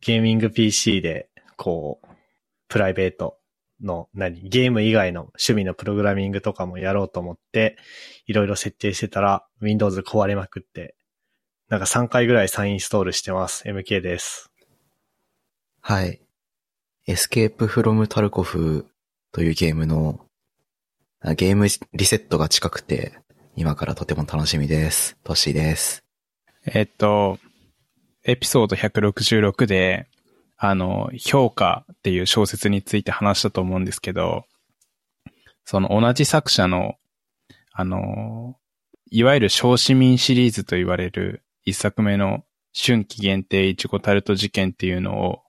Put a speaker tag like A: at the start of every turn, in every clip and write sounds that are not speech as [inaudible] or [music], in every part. A: ゲーミング PC で、こう、プライベートの、何、ゲーム以外の趣味のプログラミングとかもやろうと思って、いろいろ設定してたら、Windows 壊れまくって、なんか3回ぐらい再インストールしてます。MK です。
B: はい。エスケープフロムタルコフというゲームの、あゲームリセットが近くて、今からとても楽しみです。トッシーです。
C: えっと、エピソード166で、あの、評価っていう小説について話したと思うんですけど、その同じ作者の、あの、いわゆる小市民シリーズと言われる一作目の春季限定いちごタルト事件っていうのを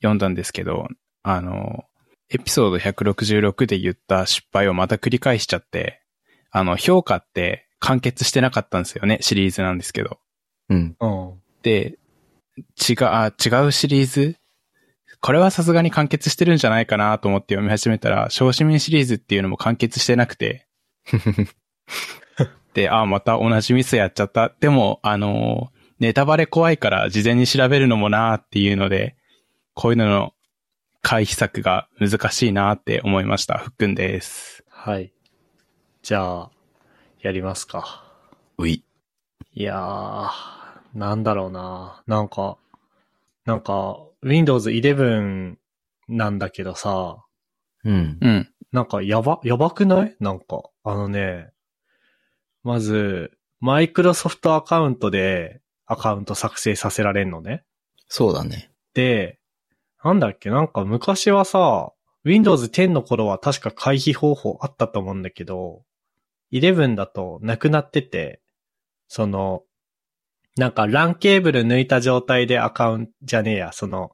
C: 読んだんですけど、あの、エピソード166で言った失敗をまた繰り返しちゃって、あの、評価って完結してなかったんですよね、シリーズなんですけど。
B: うん。
A: うん。
C: で、違う、あ違うシリーズこれはさすがに完結してるんじゃないかなと思って読み始めたら、小市民シリーズっていうのも完結してなく [laughs] て、で、あまた同じミスやっちゃった。でも、あのー、ネタバレ怖いから事前に調べるのもなーっていうので、こういうのの回避策が難しいなーって思いました。ふっくんです。
A: はい。じゃあ、やりますか。
B: うい。
A: いやー、なんだろうな。なんか、なんか、Windows 11なんだけどさ、
B: うん。
C: うん。
A: なんかやば、やばくないなんか、あのね、まず、マイクロソフトアカウントでアカウント作成させられんのね。
B: そうだね。
A: で、なんだっけ、なんか昔はさ、Windows 10の頃は確か回避方法あったと思うんだけど、11だとなくなってて、その、なんか LAN ケーブル抜いた状態でアカウントじゃねえや、その、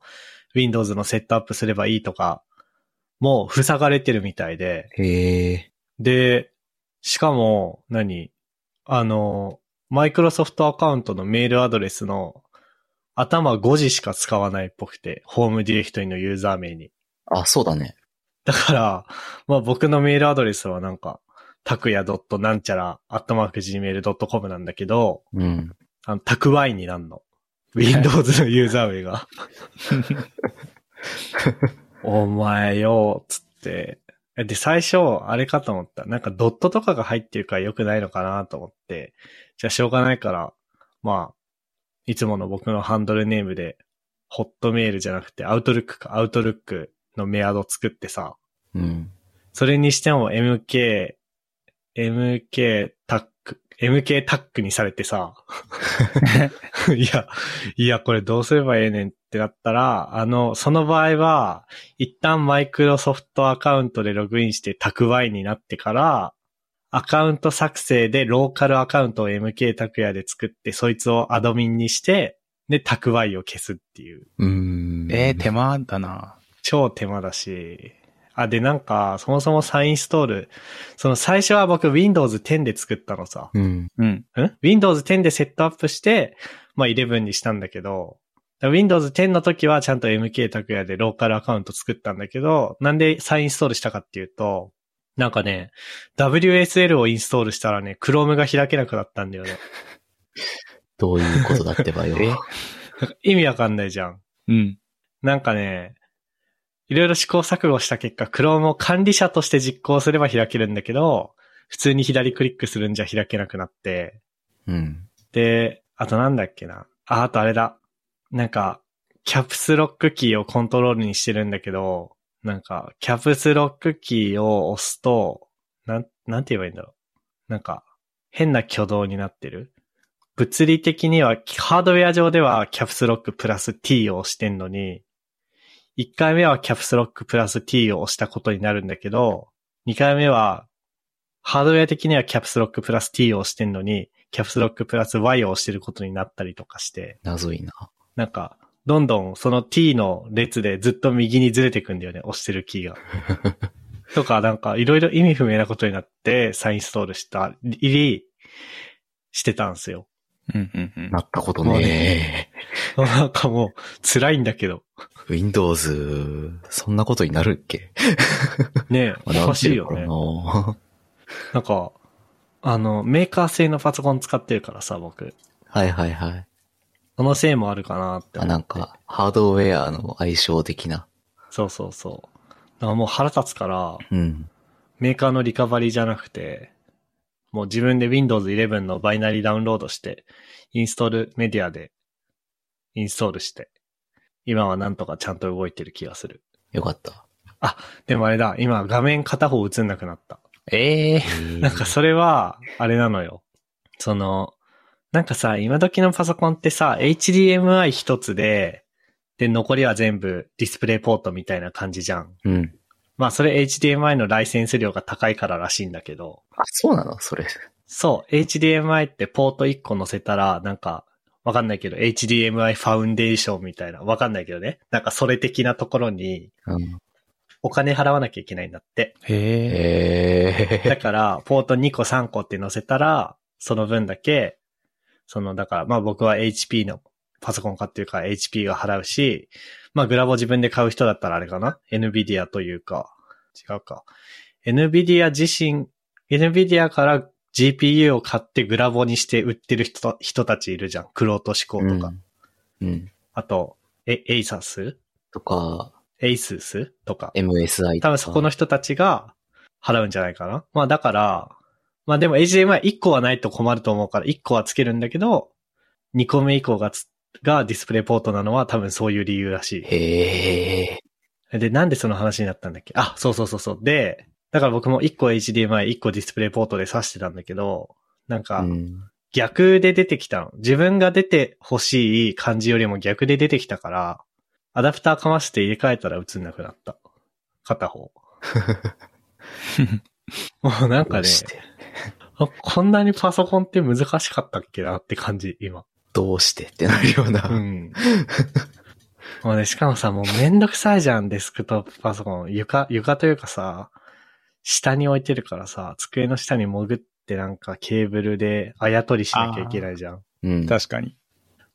A: Windows のセットアップすればいいとか、もう塞がれてるみたいで、
B: へえ。
A: で、しかも、何あの、マイクロソフトアカウントのメールアドレスの頭5字しか使わないっぽくて、ホームディレクトリのユーザー名に。
B: あ、そうだね。
A: だから、まあ僕のメールアドレスはなんか、たくや.なんちゃら、アットマーク gmail.com なんだけど、
B: うん。
A: あの、たくわいになんの。Windows のユーザー名が。お前よ、つって。で、最初、あれかと思った。なんかドットとかが入ってるから良くないのかなと思って。じゃあしょうがないから、まあ、いつもの僕のハンドルネームで、ホットメールじゃなくて、アウトルックか、アウトルックのメアド作ってさ、
B: うん。
A: それにしても MK、MK タック、MK タックにされてさ、いや、いや、これどうすればええねんってなったら、あの、その場合は、一旦マイクロソフトアカウントでログインしてタクワインになってから、アカウント作成でローカルアカウントを MK タクヤで作って、そいつをアドミンにして、で、タクワインを消すっていう。
B: うん。
C: えー、手間だな
A: 超手間だし。あ、で、なんか、そもそも再インストール。その最初は僕 Windows 10で作ったのさ。
B: うん。
C: うん。
A: ん ?Windows 10でセットアップして、まあ11にしたんだけど、だ Windows 10の時はちゃんと MK 拓也でローカルアカウント作ったんだけど、なんで再インストールしたかっていうと、なんかね、WSL をインストールしたらね、Chrome が開けなくなったんだよね。
B: どういうことだってば [laughs] よ。
A: 意味わかんないじゃん。
C: うん。
A: なんかね、いろいろ試行錯誤した結果、Chrome を管理者として実行すれば開けるんだけど、普通に左クリックするんじゃ開けなくなって、
B: うん。
A: で、あとなんだっけな。あ、あとあれだ。なんか、キャプスロックキーをコントロールにしてるんだけど、なんか、キャプスロックキーを押すと、なん、なんて言えばいいんだろう。なんか、変な挙動になってる。物理的には、ハードウェア上ではキャプスロックプラス t を押してんのに、1回目はキャプスロックプラス t を押したことになるんだけど、2回目は、ハードウェア的にはキャプスロックプラス t を押してんのに、キャプスロックプラス y を押してることになったりとかして、
B: 謎いな。
A: なんか、どんどんその t の列でずっと右にずれてくんだよね、押してるキ
B: [laughs]
A: ーが。とか、なんか、いろいろ意味不明なことになって、再インストールしたり、してたんですよ。
C: うん、うん、うん。
B: なったこと
A: もう
B: ね
A: ねなんかもう、辛いんだけど。
B: え。Windows、そんなことになるっ [laughs] け
A: ねえ、おかしいよね。
B: [laughs] ね。
A: なんか、あの、メーカー製のパソコン使ってるからさ、僕。
B: はいはいはい。
A: そのせいもあるかなって思っ
B: あ、
A: て。
B: なんか、ハードウェアの相性的な。
A: そうそうそう。だからもう腹立つから、
B: うん。
A: メーカーのリカバリーじゃなくて、もう自分で Windows 11のバイナリーダウンロードして、インストールメディアでインストールして、今はなんとかちゃんと動いてる気がする。
B: よかった。
A: でもあれだ、今画面片方映んなくなった。
C: ええ
A: なんかそれは、あれなのよ。その、なんかさ、今時のパソコンってさ、HDMI 一つで、で、残りは全部ディスプレイポートみたいな感じじゃん。
B: うん。
A: まあそれ HDMI のライセンス料が高いかららしいんだけど、
B: あ、そうなのそれ。
A: そう、HDMI ってポート1個載せたら、なんか、わかんないけど、HDMI ファウンデーションみたいな、わかんないけどね。なんかそれ的なところに
B: うん。
A: お金払わなきゃいけないんだって。
C: ええ
B: え [laughs]
A: だ
B: え
A: から、ポート2個3個って載せたら、その分だけ、その、だから、まあ僕は HP のパソコン買ってるから HP が払うし、まあグラボ自分で買う人だったらあれかな ?NVIDIA というか、違うか。NVIDIA 自身、NVIDIA から GPU を買ってグラボにして売ってる人と人たちいるじゃん。クロート志向とか。
B: うん。うん。
A: あと、え、エイサス
B: とか、
A: エイススとか。
B: MSI とか。
A: 多分そこの人たちが払うんじゃないかな。まあだから、まあでも HDMI1 個はないと困ると思うから1個はつけるんだけど、2個目以降がつがディスプレイポートなのは多分そういう理由らし
B: へえ。
A: い。で、なんでその話になったんだっけあ、そうそうそうそう。で、だから僕も1個 HDMI1 個ディスプレイポートで挿してたんだけど、なん
B: う
A: か
B: ん。
A: 逆で出てきたの。自分が出て欲しい感じよりも逆で出てきたから、アダプターかまして入れ替えたら映んなくなった。片
B: [laughs]
A: 方。もうなんか
B: どう
A: ね、
B: して
A: あこんなにパソコンって難しかったっけなって感じ、今。
B: どうしてってなるような。
A: うん。もうね、しかもさ、もうめんどくさいじゃん、デスクトップパソコン。床、床というかさ、下に置いてるからさ、机の下に潜ってなんかケーブルであやとりしなきゃいけないじゃん。
B: うん。
C: 確かに。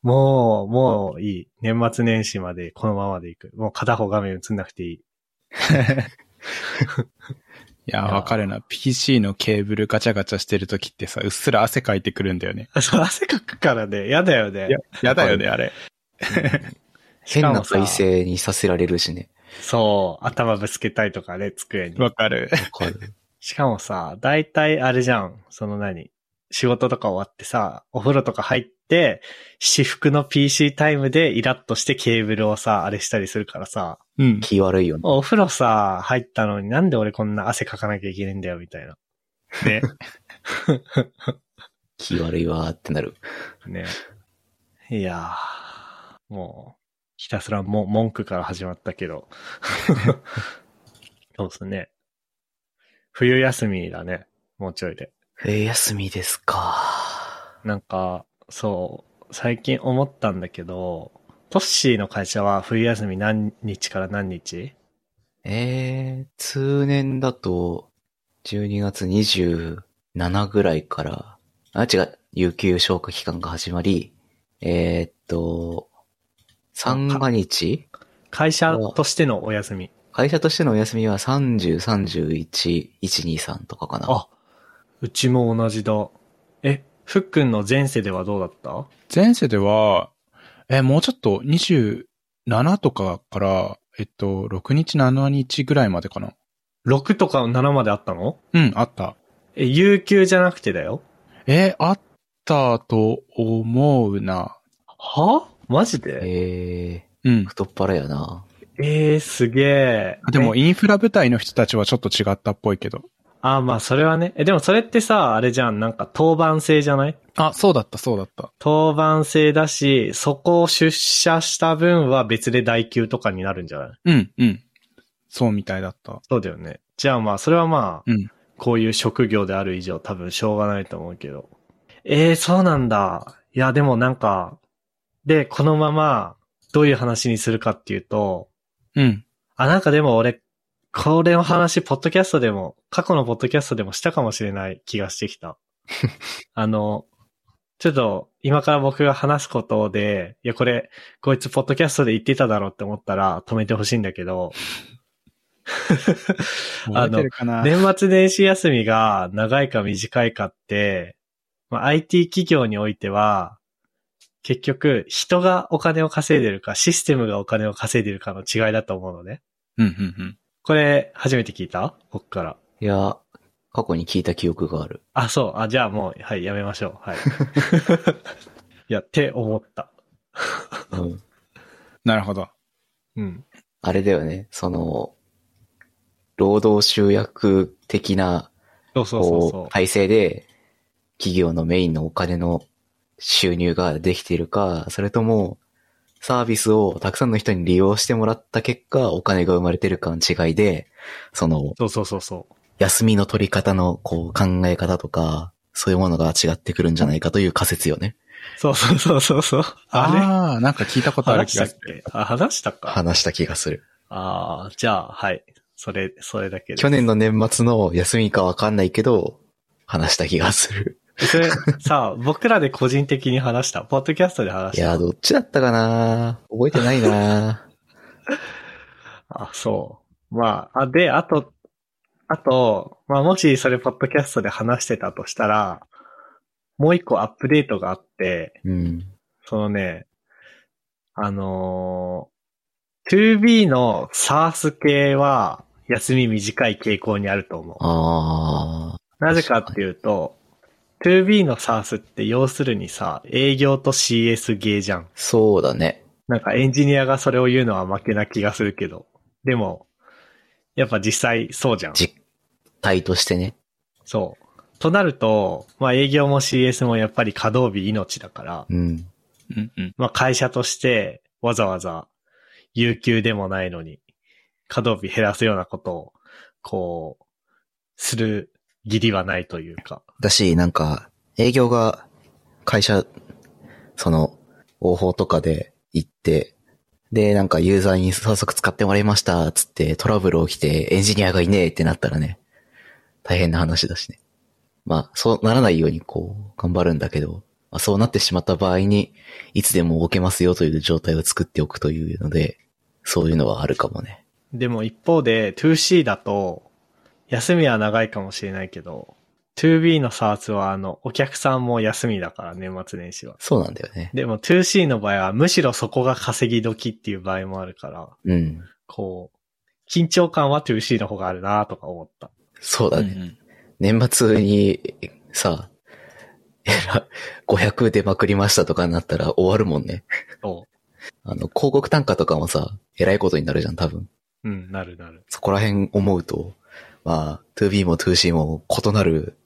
A: もう、もういい。年末年始までこのままでいく。もう片方画面映んなくていい。
C: いや、わかるな。PC のケーブルガチャガチャしてるときってさ、うっすら汗かいてくるんだよね。
A: あそう、汗かくからね、やだよね。
C: や、やだよね、あれ。
A: し
B: 変
A: か
B: な
A: もさ
B: 体勢にさせられるしね。
A: そう、頭ぶつけたいとかね、机に。
C: わかる。
B: わかる。
A: しかもさ、大体あれじゃん。その何仕事とか終わってさ、お風呂とか入って、私服の PC タイムでイラッとしてケーブルをさ、あれしたりするからさ、
C: [laughs] うん。
B: 気悪いよね。
A: お風呂さ、入ったのになんで俺こんな汗かかなきゃいけないんだよ、みたいな。
C: ね。
B: 気悪いわーってなる。
A: ね。いやー、もう、ひたすらも文句から始まったけど。 [laughs] そうですね。冬休みだね。もうちょいで。
B: 冬休みですか。
A: なんか、そう、最近思ったんだけど、トッシーの会社は冬休み何日から何日
B: えー、通年だと、12月27ぐらいから、あ、違う、有給消化期間が始まり、えー、っと、三が日
A: 会社としてのお休み。
B: 会社としてのお休みは30、31、123とかかな。
A: あ、うちも同じだ。え、ふっくんの前世ではどうだった
C: 前世では、え、もうちょっと27とかから、えっと、6日、7日ぐらいまでかな。
A: ?6 とか7まであったの
C: うん、あった。
A: え、有給じゃなくてだよ。
C: え、あったと思うな。
A: はマジで
B: え
C: うん
B: ー、。太っ腹やな。
A: えー、すげえ。
C: でも、
A: え、
C: インフラ部隊の人たちはちょっと違ったっぽいけど。
A: あ、まあ、それはね。え、でもそれってさ、あれじゃん、なんか当番制じゃない
C: あ、そうだった、そうだった。
A: 当番制だし、そこを出社した分は別で代給とかになるんじゃない
C: うん、うん。そうみたいだった。
A: そうだよね。じゃあまあ、それはまあ、
C: うん
A: こういう職業である以上多分しょうがないと思うけど。ええそうなんだ。いや、でもなんか、で、このまま、どういう話にするかっていうと、
C: うん。
A: あ、なんかでも俺、これの話、ポッドキャストでも、過去のポッドキャストでもしたかもしれない気がしてきた。あの、ちょっと、今から僕が話すことで、いや、これ、こいつポッドキャストで言ってただろうって思ったら止めてほしいんだけど、
C: 覚えてるかな
A: 年末年始休みが長いか短いかって、まあ、IT 企業においては、結局、人がお金を稼いでるか、システムがお金を稼いでるかの違いだと思うのね。
C: うん、うん、うん。
A: これ、初めて聞いた僕から。
B: いや、過去に聞いた記憶がある。
A: あ、そう。あ、じゃあもう、はい、やめましょ [laughs] う。はい。いや、って思った。
B: うん。
C: なるほど。
A: うん。
B: あれだよね、その、労働集約的な、
A: そうそうそう
B: こ、
A: そう
B: 体制で、企業のメインのお金の収入ができているか、それとも、サービスをたくさんの人に利用してもらった結果、お金が生まれてるかの違いで、その、
A: う。そうそうそうそう。
B: 休みの取り方の、こう、考え方とか、そういうものが違ってくるんじゃないかという仮説よね。
A: そうそうそうそうそう。あれ
C: ああ、なんか聞いたことある
A: 話
C: 気
A: した
C: が
A: っ
C: する。
A: けあ、話したか。
B: 話した気がする。
A: ああ、じゃあ、はい。それ、それだけです
B: 去年の年末の休みかわかんないけど、話した気がする。
A: それ、さあ、僕らで個人的に話した。ポッドキャストで話
B: い
A: した。
B: や、どっちだったかな覚えてない
A: [laughs]
B: な
A: あ、そう。まあ、あ、で、あと、あと、まあ、もしそれポッドキャストで話してたとしたら、もう一個アップデートがあって、
B: うん。
A: そのね、あのー 2B の SARS 系は休み短い傾向にあると思う。
B: ああ。
A: なぜかっていうと、2B の SARS って要するにさ、営業と CS ゲーじゃん。
B: そうだね。
A: なんかエンジニアがそれを言うのは負けな気がするけど。でも、やっぱ実際そうじゃん。
B: 実態としてね。
A: そう。となると、まあ営業も CS もやっぱり稼働日命だから、
B: うん。
C: うん、うん。
A: まあ会社としてわざわざ有給でもないのに、稼働日減らすようなことを、こう、する義理はないというか。
B: だし、なんか、営業が会社、その、応報とかで行って、で、なんかユーザーに早速使ってもらいました、つってトラブル起きてエンジニアがいねえってなったらね、大変な話だしね。まあ、そうならないようにこう、頑張るんだけど、まあ、そうなってしまった場合に、いつでも動けますよという状態を作っておくというので、そういうのはあるかもね。
A: でも一方で 2C だと、休みは長いかもしれないけど、2B のサーツはあの、お客さんも休みだから、年末年始は。
B: そうなんだよね。
A: でも 2C の場合はむしろそこが稼ぎ時っていう場合もあるから、
B: うん。
A: こう、緊張感は 2C の方があるなとか思った。
B: そうだね。
C: うんうん
B: 年末に、さ、えら、500出まくりましたとかになったら終わるもんね。
A: そ
B: あの、広告単価とかもさ、えらいことになるじゃん、多分。
A: う。うん、なるなる。
B: そこら辺思うと、まあ、2B も 2C も異なる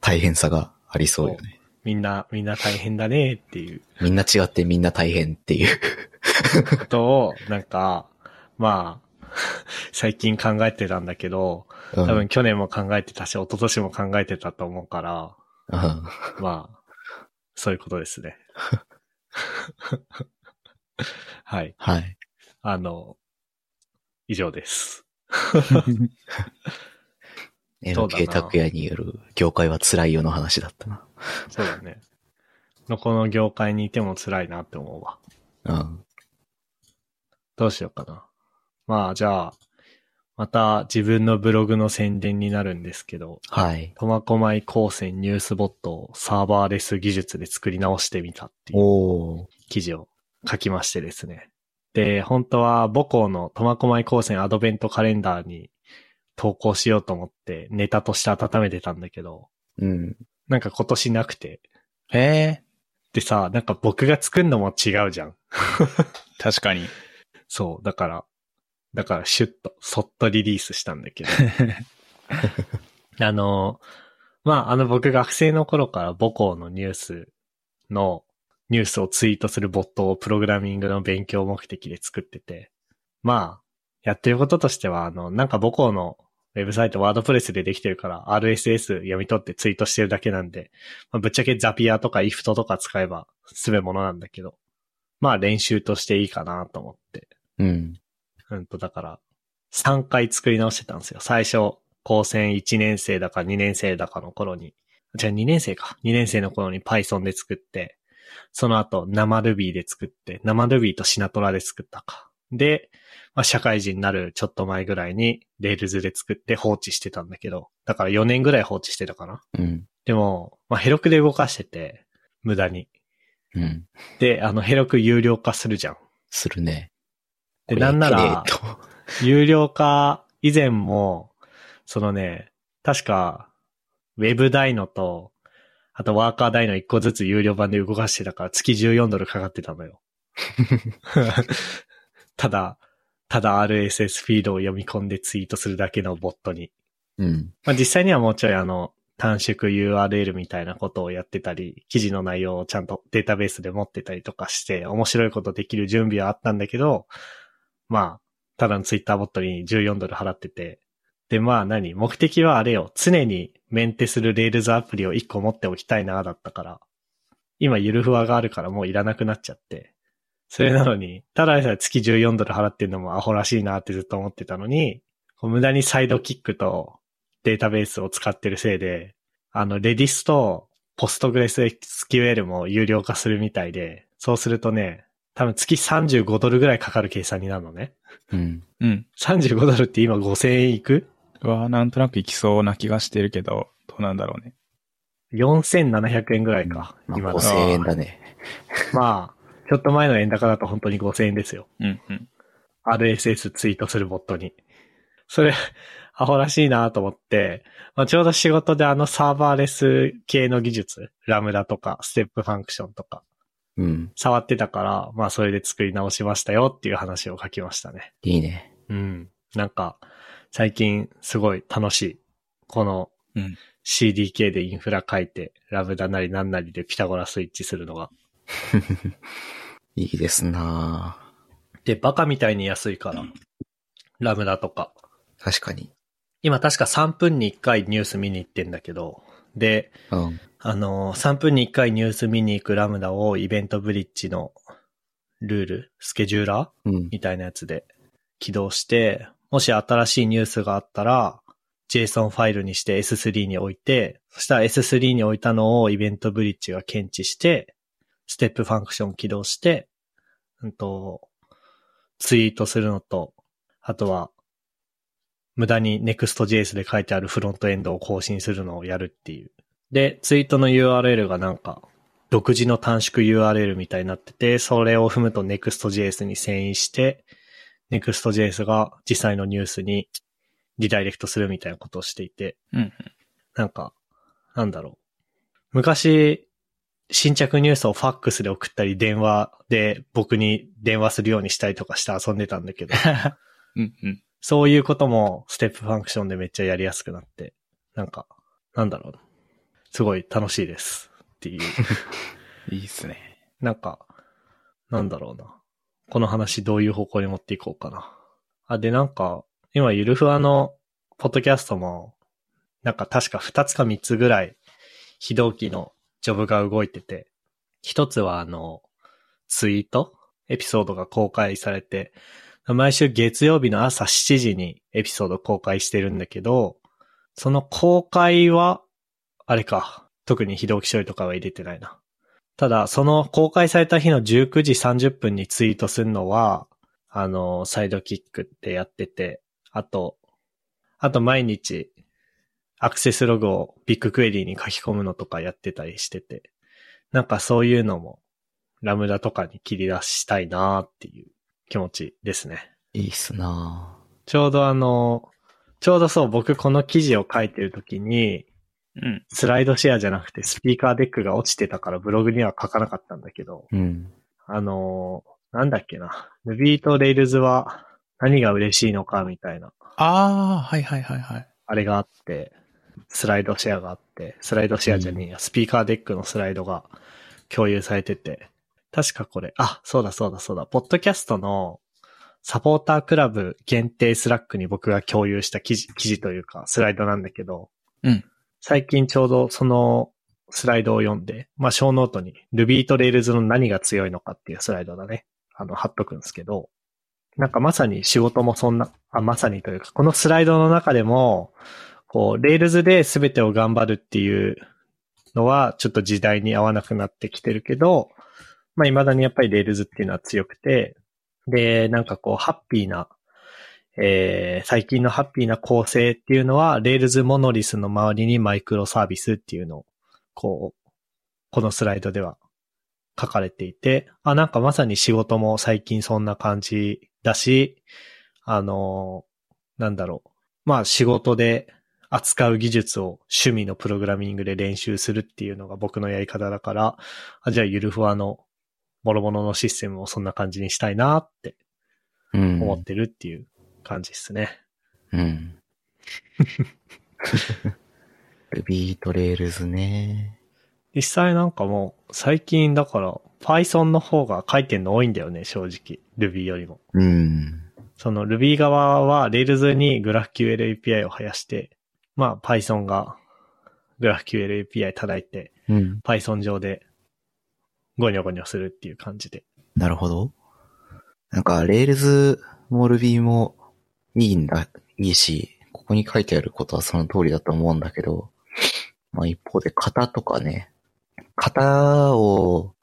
B: 大変さがありそうよね。
A: みんな、みんな大変だねっていう
B: みんな違ってみんな大変っていう。
A: ことを、なんか、まあ、 [laughs] 最近考えてたんだけど、
B: うん
A: [laughs] 多分去年も考えてたし、一昨年も考えてたと思うから、
B: うん
A: まあ、そういうことですね。 [laughs] はい。
B: はい。
A: あの、以上です。
C: [laughs]
A: そうだ
B: NK
A: な
B: 拓也による業界は辛いよの話だったな。
A: そうだね。のこの業界にいても辛いなって思うわ。
B: うん。
A: どうしようかな。まあ、じゃあ、また自分のブログの宣伝になるんですけど、
B: はい。
A: 苫小牧高専ニュースボットをサーバーレス技術で作り直してみたっていう
B: おー。
A: 記事を書きましてですね。で、本当は母校の苫小牧高専アドベントカレンダーに投稿しようと思ってネタとして温めてたんだけど、
B: うん。
A: なんか今年なくて。
C: へえ、
A: でさ、なんか僕が作るのも違うじゃん。
C: 確かに。
A: そう、だから、だからシュッと、そっとリリースしたんだけど。あの、まあ、あの僕学生の頃から母校のニュースのニュースをツイートするボットをプログラミングの勉強目的で作ってて、まあ、やってることとしては、あの、なんか母校のウェブサイトワードプレスでできてるから RSS 読み取ってツイートしてるだけなんで、まあ、ぶっちゃけザピアとかイフトとか使えば済むものなんだけど、まあ練習としていいかなと思って。
B: うん。
A: うんと、だから、3回作り直してたんですよ。最初、高専1年生だか2年生だかの頃に、じゃあ2年生か。2年生の頃に Python で作って、その後、生 Ruby で作って、生 Ruby とシナトラで作ったか。で、まあ、社会人になるちょっと前ぐらいに、Rails で作って放置してたんだけど、だから4年ぐらい放置してたかな。
B: うん。
A: でも、まあ、ヘロクで動かしてて、無駄に。
B: うん。
A: で、あの、ヘロク有料化するじゃん。
B: するね。
A: で
B: これ
A: なんなら
B: 綺麗と
A: 有料化以前も、そのね、確か、ウェブダイノと、あとワーカーダイノ1個ずつ有料版で動かしてたから、月14ドルかかってたのよ。ただ、ただ RSS フィードを読み込んでツイートするだけのボットに。
B: [laughs] うん。
A: まあ、実際にはもうちょいあの、短縮 URL みたいなことをやってたり、記事の内容をちゃんとデータベースで持ってたりとかして、面白いことできる準備はあったんだけど、まあ、ただのツイッターボットに14ドル払ってて、で、まあ何目的はあれよ。常にメンテするレールズアプリを1個持っておきたいな、だったから。今、ゆるふわがあるからもういらなくなっちゃって。それなのに、ただでさえ月14ドル払ってるのもアホらしいなってずっと思ってたのに、こう無駄にサイドキックとデータベースを使ってるせいで、あの、レディスとポストグレス SQL も有料化するみたいで、そうするとね、多分月35ドルぐらいかかる計算になるのね。
B: うん。
C: うん。
A: 35ドルって今5000円いく
C: うわなんとなくいきそうな気がしてるけど、どうなんだろうね。
A: ?4700 円ぐらいか。
B: まあ、
A: 今の。
B: 5000円だね。
A: まあ、ちょっと前の円高だと本当に5000円ですよ。
C: うんうん。
A: RSS ツイートするボットに。それ、アホらしいなと思って、まあ、ちょうど仕事であのサーバーレス系の技術、ラムダとか、ステップファンクションとか、
B: うん。
A: 触ってたから、まあそれで作り直しましたよっていう話を書きましたね。
B: いいね。
A: うん。なんか、最近すごい楽しい。この
C: うん
A: CDK でインフラ書いて、ラムダなりなんなりでピタゴラスイッチするのが。
B: いいですなあ
A: で、バカみたいに安いから、ラムダとか。
B: 確かに。
A: 今確か3分に1回ニュース見に行ってんだけど、で、
B: うん。
A: あの、3分に1回ニュース見に行くラムダをイベントブリッジのルール、スケジューラー
B: うん。
A: みたいなやつで起動して、もし新しいニュースがあったら、JSON ファイルにして S3 に置いて、そしたら S3 に置いたのをイベントブリッジが検知して、ステップファンクション起動して、うんと、ツイートするのと、あとは、無駄に Next.js で書いてあるフロントエンドを更新するのをやるっていう。で、ツイートの URL がなんか、独自の短縮 URL みたいになってて、それを踏むと Next.js に遷移して、Next.js が実際のニュースにリダイレクトするみたいなことをしていて、
C: うんうん
A: なんか、なんだろう。昔、新着ニュースをファックスで送ったり、電話で僕に電話するようにしたりとかして遊んでたんだ
C: [laughs]
A: けど、
C: うんうん。
A: そういうこともステップファンクションでめっちゃやりやすくなって、なんか、なんだろうな。すごい楽しいです。っていう。
C: いいっすね。
A: なんか、なんだろうな。この話どういう方向に持っていこうかな。あ、で、なんか、今、ゆるふわの、ポッドキャストも、なんか確か2つか3つぐらい、非同期のジョブが動いてて、一つはあの、ツイートエピソードが公開されて、毎週月曜日の朝7時にエピソード公開してるんだけど、その公開は、あれか、特に非同期処理とかは入れてないな。ただ、その公開された日の19時30分にツイートするのは、あの、サイドキックってやってて、あと、あと毎日、アクセスログをビッグクエリーに書き込むのとかやってたりしてて、なんかそういうのも、ラムダとかに切り出したいなーっていう気持ちですね。
B: いいっすなあ
A: ちょうどあの、ちょうどそう、僕この記事を書いてるときに、
C: うん。
A: スライドシェアじゃなくてスピーカーデックが落ちてたからブログには書かなかったんだけど、
B: うん。
A: あのーなんだっけな。Ruby と Rails は何が嬉しいのかみたいな、
C: ああ、はいはいはいはい。
A: あれがあって、スライドシェアがあって、スライドシェアじゃねえや、スピーカーデックのスライドが共有されてて、確かこれ、あ、そうだそうだそうだ、ポッドキャストのサポータークラブ限定スラックに僕が共有した記事、記事というかスライドなんだけど、
C: うん。
A: 最近ちょうどそのスライドを読んで、まあ、小ノートに Ruby と Rails の何が強いのかっていうスライドだね。あの、貼っとくんですけど、なんかまさに仕事もそんな、あ、まさにというか、このスライドの中でも、こう、Rails で全てを頑張るっていうのは、ちょっと時代に合わなくなってきてるけど、まあ、未だにやっぱり Rails っていうのは強くて、で、なんかこう、ハッピーな、えー最近のハッピーな構成っていうのは、Rails モノリスの周りにマイクロサービスっていうのを、こう、このスライドでは書かれていて、あ、なんかまさに仕事も最近そんな感じだし、あの、なんだろう。まあ仕事で扱う技術を趣味のプログラミングで練習するっていうのが僕のやり方だから、あじゃあゆるふわのボロボロのシステムをそんな感じにしたいなって
B: うん。
A: 思ってるっていう感じですね。
B: [laughs] うん。Ruby Trails ね。
A: 実際なんかもう最近だから Python の方が書いてんの多いんだよね、正直。Ruby よりも。
B: うん。
A: その Ruby 側は Rails に GraphQL API を生やして、まあ Python が GraphQL API 叩いて、
B: うん。
A: Python 上でゴニョゴニョするっていう感じで。
B: なるほど。なんか、Rails も Ruby もいいんだ、いいし、ここに書いてあることはその通りだと思うんだけど、まあ一方で型とかね、型を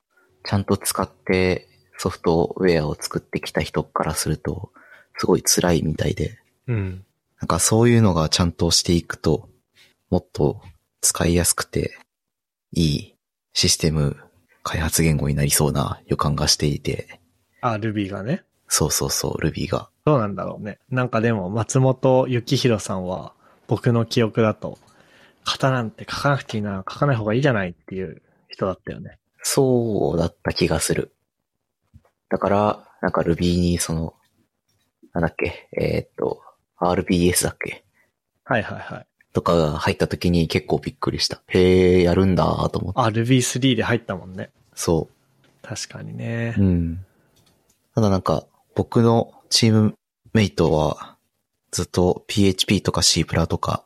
B: ちゃんと使ってソフトウェアを作ってきた人からすると、すごい辛いみたいで、
A: うん。
B: なんかそういうのがちゃんとしていくと、もっと使いやすくて、いいシステム開発言語になりそうな予感がしていて、
A: あ、Ruby がね。
B: そうそうそう、Ruby が。
A: どうなんだろうね。なんかでも松本幸宏さんは僕の記憶だと、型なんて書かなくていいな、書かない方がいいじゃないっていう人だったよね。
B: そうだった気がする。だから、なんか Ruby にその、なんだっけ、えーっと、RBS だっけ
A: はいはいはい。
B: とかが入った時に結構びっくりした。へえ、やるんだと思って。
A: あ、Ruby3 で入ったもんね。
B: そう。
A: 確かにね。
B: うん。ただなんか、僕のチームメイトは、ずっと PHP とか C プラとか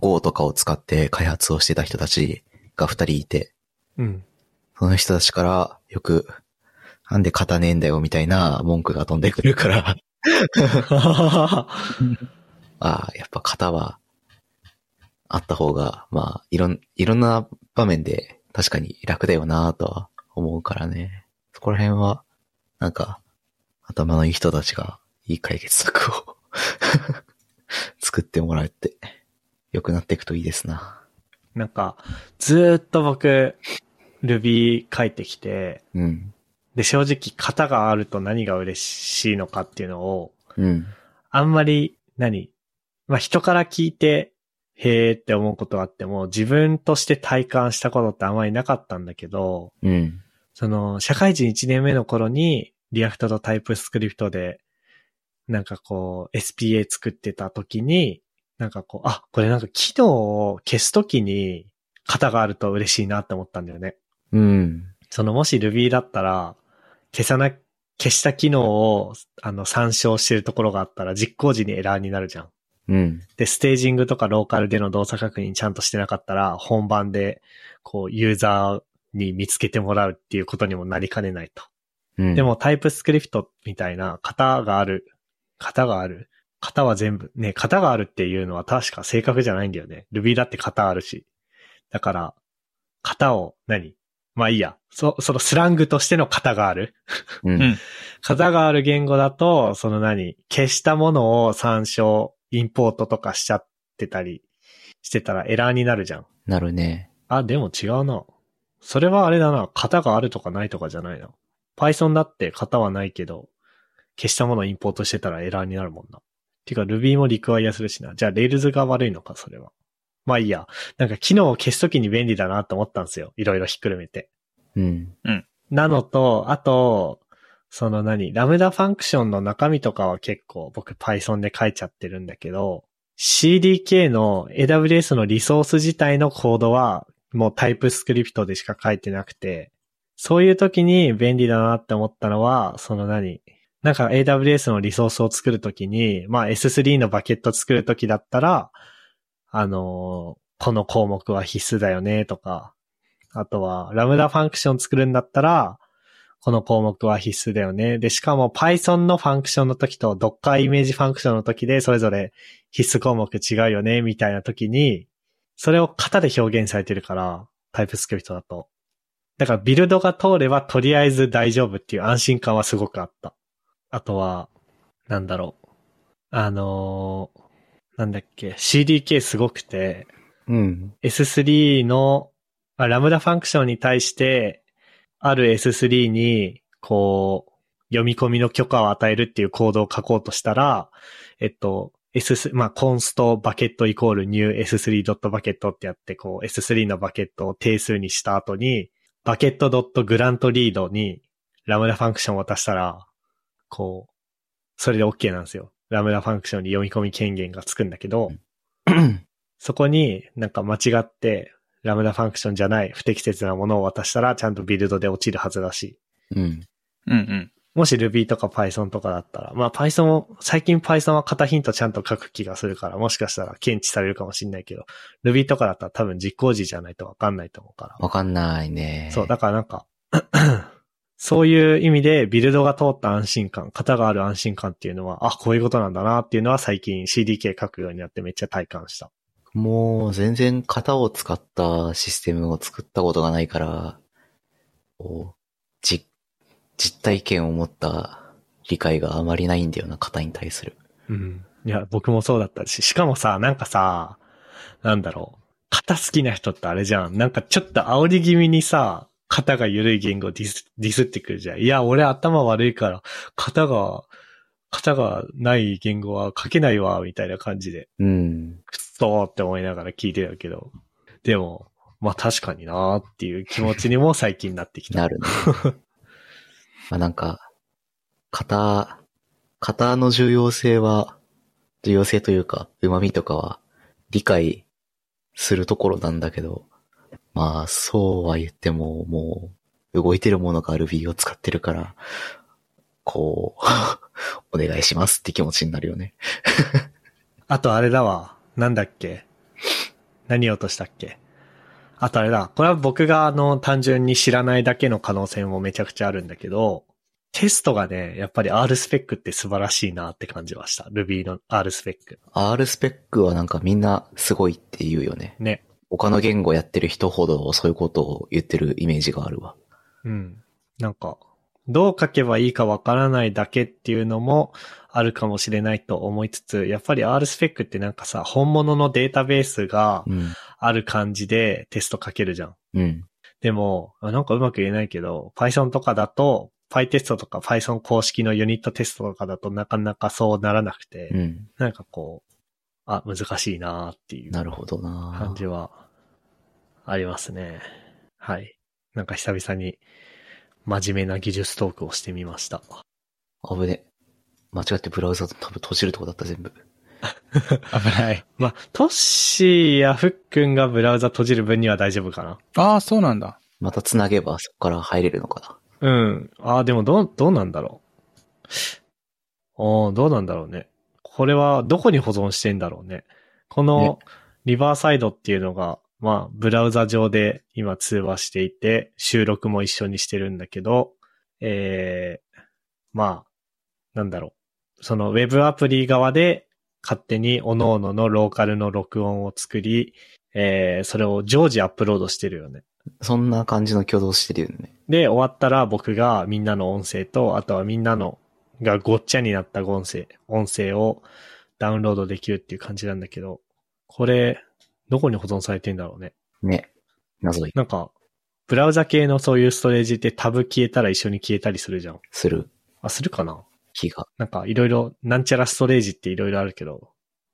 B: Go とかを使って開発をしてた人たちが二人いて、
A: うん。 [laughs]
B: その人たちからよく、なんで勝たねえんだよみたいな文句が飛んでくるから、 [laughs] ああ、やっぱ型はあった方が、まあ、いろん、いろんな場面で確かに楽だよなとは思うからね。そこら辺は、なんか、頭のいい人たちがいい解決策を [laughs] 作ってもらって、良くなっていくといいですな。
A: なんか、ずーっと僕、Ruby 書いてきて、
B: うん。
A: で、正直型があると何が嬉しいのかっていうのを、
B: うん。
A: あんまり、何まあ、人から聞いて、へーって思うことはあっても、自分として体感したことってあまりなかったんだけど、
B: うん。
A: その、社会人1年目の頃に、リアクトとタイプスクリプトで、なんかこう、SPA 作ってた時に、なんかこう、あ、これなんか機能を消す時に、型があると嬉しいなって思ったんだよね。
B: うん。
A: そのもし Ruby だったら、消さな、消した機能を、あの、参照してるところがあったら、実行時にエラーになるじゃん。
B: うん。
A: で、ステージングとかローカルでの動作確認ちゃんとしてなかったら、本番で、こう、ユーザーに見つけてもらうっていうことにもなりかねないと。
B: うん。
A: でも、タイプスクリプトみたいな、型がある、型がある、型は全部、ね、型があるっていうのは確か正確じゃないんだよね。Ruby だって型あるし。だから、型を何、まあいいや。そ、そのスラングとしての型がある。
B: うん、
C: うん
A: 型がある言語だと、その何消したものを参照、インポートとかしちゃってたりしてたらエラーになるじゃん。
B: なるね。
A: あ、でも違うな。それはあれだな。型があるとかないとかじゃないな。Python だって型はないけど、消したものをインポートしてたらエラーになるもんな。てか Ruby もリクワイアするしな。じゃあ Rails が悪いのか、それは。まあいいや。なんか機能を消すときに便利だなと思ったんですよ。いろいろひっくるめて。
B: うん。
A: なのと、あと、その何、ラムダファンクションの中身とかは結構僕 Python で書いちゃってるんだけど、CDK の AWS のリソース自体のコードはもうタイプスクリプトでしか書いてなくて、そういう時に便利だなって思ったのは、その何なんか AWS のリソースを作るときに、まあ S3 のバケット作るときだったら、あのーこの項目は必須だよねとか、あとは、ラムダファンクション作るんだったら、この項目は必須だよね。で、しかも Python のファンクションの時と Docker イメージファンクションの時で、それぞれ必須項目違うよね、みたいな時に、それを型で表現されてるから、タイプスクリプトだと。だから、ビルドが通れば、とりあえず大丈夫っていう安心感はすごくあった。あとは、なんだろう。あのーなんだっけ、CDK すごくて、
B: うん。
A: S3 のあラムダファンクションに対して、ある S3 に、こう、読み込みの許可を与えるっていうコードを書こうとしたら、えっと、S3、まあ、コンストバケットイコール new s3.bucket ってやって、こう、S3 のバケットを定数にした後に、バケット .grantread にラムダファンクションを渡したら、こう、それで OK なんですよ。ラムダファンクションに読み込み権限がつくんだけど、そこになんか間違って、ラムダファンクションじゃない不適切なものを渡したら、ちゃんとビルドで落ちるはずだし。
B: うん。
C: うんうん。
A: もし Ruby とか Python とかだったら、まあ Python も、最近 Python は型ヒントちゃんと書く気がするから、もしかしたら検知されるかもしれないけど、Ruby とかだったら多分実行時じゃないとわかんないと思うから。
B: わかんないね。
A: そう、だからなんか、 [coughs] そういう意味でビルドが通った安心感、型がある安心感っていうのは、あ、こういうことなんだなっていうのは最近 CDK 書くようになってめっちゃ体感した。
B: もう全然型を使ったシステムを作ったことがないから、こう、じ、実体験を持った理解があまりないんだよな、型に対する。
A: うん。いや、僕もそうだったし、しかもさ、なんかさ、なんだろう。型好きな人ってあれじゃん。なんかちょっと煽り気味にさ、型が緩い言語をディスディスってくるじゃん。いや、俺頭悪いから、型が、型がない言語は書けないわ、みたいな感じで、
B: うん。
A: くっそーって思いながら聞いてたけど。でも、まあ確かになーっていう気持ちにも最近なってきた。
B: な [laughs] るね。まあなんか、型、型の重要性は、重要性というか、旨味とかは理解するところなんだけど、まあそうは言っても、もう動いてるものが Ruby を使ってるから、こう、お [laughs] 願いしますって気持ちになるよね。
A: あとあれだわ。なんだっけ何を落としたっけあとあれだ。これは僕があの単純に知らないだけの可能性もめちゃくちゃあるんだけど、テストがね、やっぱり R スペックって素晴らしいなって感じました。Ruby の R スペック。
B: R スペックはなんかみんなすごいって言うよね。
A: ね。
B: 他の言語やってる人ほどそういうことを言ってるイメージがあるわ。
A: うん。なんか、どう書けばいいかわからないだけっていうのもあるかもしれないと思いつつ、やっぱり R スペックってなんかさ、本物のデータベースが
B: うん。
A: ある感じでテスト書けるじゃん。
B: うん。
A: でも、あなんかうまく言えないけど、Python とかだと、PyTest とか Python 公式のユニットテストとかだとなかなかそうならなくて、
B: うん。
A: なんかこう、あ、難しいなーっていう
B: なるほどな
A: 感じはありますね。はい。なんか久々に真面目な技術トークをしてみました。
B: あぶね。間違ってブラウザ多分閉じるとこだった全部。
C: 危ない。
A: まあ、トッシーやフックンがブラウザ閉じる分には大丈夫かな。
C: ああ、そうなんだ。
B: また繋げばそこから入れるのか
A: うん。ああ、でもどう、どうなんだろう。おーどうなんだろうね。これはどこに保存してんだろうね。このリバーサイドっていうのが、まあ、ブラウザ上で今通話していて、収録も一緒にしてるんだけど、えー、まあ、なんだろう。そのウェブアプリ側で勝手に各々のローカルの録音を作り、えー、それを常時アップロードしてるよね。
B: な。そんな感じの挙動してるよね。
A: で、終わったら僕がみんなの音声と、あとはみんなのがごっちゃになった音声、音声をダウンロードできるっていう感じなんだけど、これ、どこに保存されてんだろうね。
B: ね。謎い。
A: なんか、ブラウザ系のそういうストレージってタブ消えたら一緒に消えたりするじゃん。
B: する
A: あ、するかな
B: 気が。
A: なんかいろいろ、なんちゃらストレージっていろいろあるけど、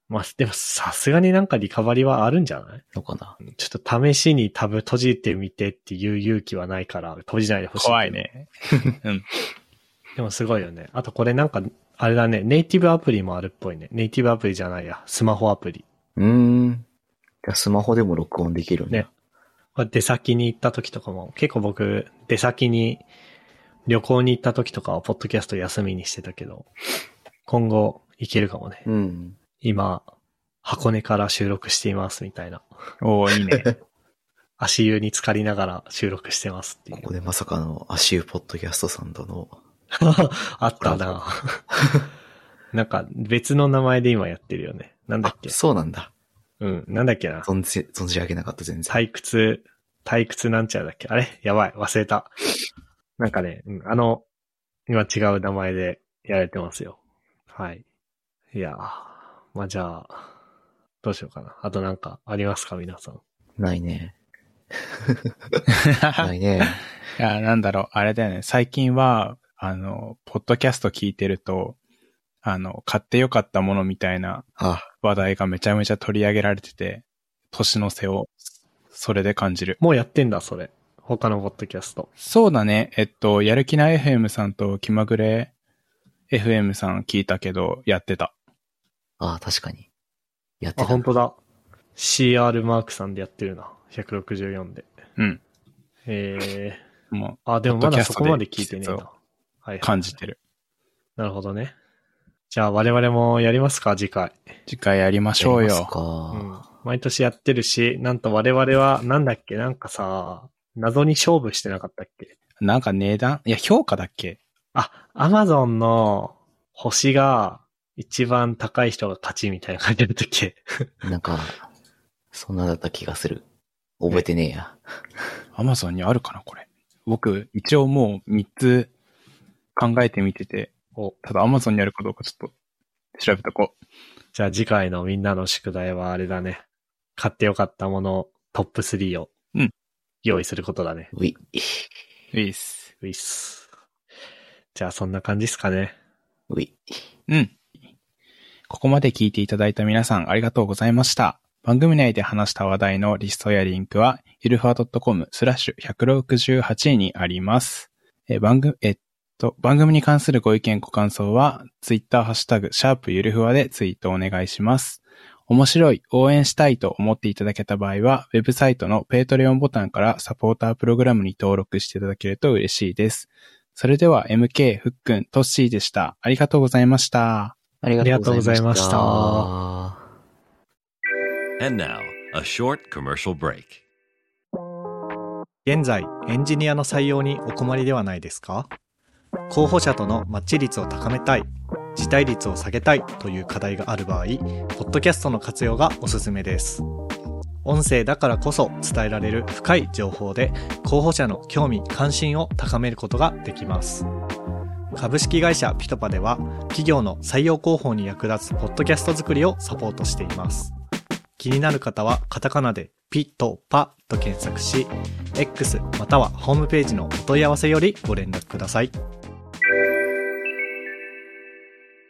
A: まあ、でもさすがになんかリカバリはあるんじゃない
B: のかな。
A: ちょっと試しにタブ閉じてみてっていう勇気はないから、閉じないでほしいけど。
C: 怖いね。うん。
A: でもすごいよね。あとこれなんか、あれだね、ネイティブアプリもあるっぽいね。ネイティブアプリじゃないや、スマホアプリ。
B: うーん。じゃあスマホでも録音できるんだ。
A: ねこれ出先に行った時とかも、結構僕、出先に旅行に行った時とかは、ポッドキャスト休みにしてたけど、今後行けるかもね。
B: うん。
A: 今、箱根から収録していますみたいな。
C: おおいい [laughs] ね。
A: 足湯に浸かりながら収録してますってい
B: こ [laughs]
A: う。
B: こでまさかの足湯ポッドキャストさんとの、
A: あったな [laughs] なんか別の名前で今やってるよね。なんだっ
B: あ、
A: け
B: そうなんだ。
A: うん、なんだっけな。
B: 存じ、存じ上げなかった全然。
A: 退屈、退屈なんちゃらだっけあれやばい、忘れた。なんかね、うんあの、今違う名前でやられてますよ。はい。いやーまあじゃあ、どうしようかな。あとなんかありますか皆さん。
B: ないね。ないね。
C: いや、なんだろう、あれだよね。最近は、あの、ポッドキャスト聞いてると、あの、買ってよかったものみたいな
B: あ、
C: 話題がめちゃめちゃ取り上げられてて、年の瀬を、それで感じる。
A: もうやってんだ、それ。他のポッドキャスト。
C: そうだね。えっと、やる気ない FM さんと気まぐれ FM さん聞いたけど、やってた。
B: あ、確かに。やって
A: あ、
B: た。
A: 本当だ。CR マークさんでやってるな。164で。
C: うん。
A: え
C: も
A: ー、あ、でもま
C: ポッドキ
A: だ
C: ャス
A: そ
C: ト
A: こ
C: で
A: まで聞いてねえな。
C: 季節
A: は
C: を、
A: いはいう
C: 感じてる。
A: なるほどね。じゃあ我々もやりますか、次回。
C: 次回やりましょう
B: やります
C: よ。
B: か、
A: うん。毎年やってるし、なんと我々は、なんだっけ、なんかさ、謎に勝負してなかったっけ
C: なんか値段いや、評価だっけ
A: あ、アマゾンの星が一番高い人が勝ちみたいな感じだったっけ
B: なんか、そんなだった気がする。覚えてねえや。
C: アマゾンにあるかなこれ。僕、一応もう3つ考えてみてて、
A: お、
C: ただアマゾンにあるかどうかちょっと調べとこう。
A: じゃあ次回のみんなの宿題はあれだね。買ってよかったものトップ3を
C: うん
A: 用意することだね。
B: うい。
C: いいっす。
A: ういっす。じゃあそんな感じっすかね。
B: うい。
C: うん。ここまで聞いていただいた皆さんありがとうございました。番組内で話した話題のリストやリンクは、ゆるふわ .com スラッシュ168にあります。えー、番組、えっと、番組に関するご意見ご感想は、ツイッターハッシュタグ、シャープゆるふわでツイートお願いします。面白い、応援したいと思っていただけた場合は、ウェブサイトのペイトレオンボタンからサポータープログラムに登録していただけると嬉しいです。それでは MK、ふっくん、トッシーでした。ありがとうございました。
B: あり
A: がとうございました
B: ありがとうございました
D: And now, a short commercial break.
E: 現在エンジニアの採用にお困りではないですか候補者とのマッチ率を高めたい辞退率を下げたいという課題がある場合ポッドキャストの活用がおすすめです音声だからこそ伝えられる深い情報で候補者の興味関心を高めることができます株式会社ピトパでは企業の採用広報に役立つポッドキャスト作りをサポートしています気になる方はカタカナでピトパと検索し X またはホームページのお問い合わせよりご連絡ください。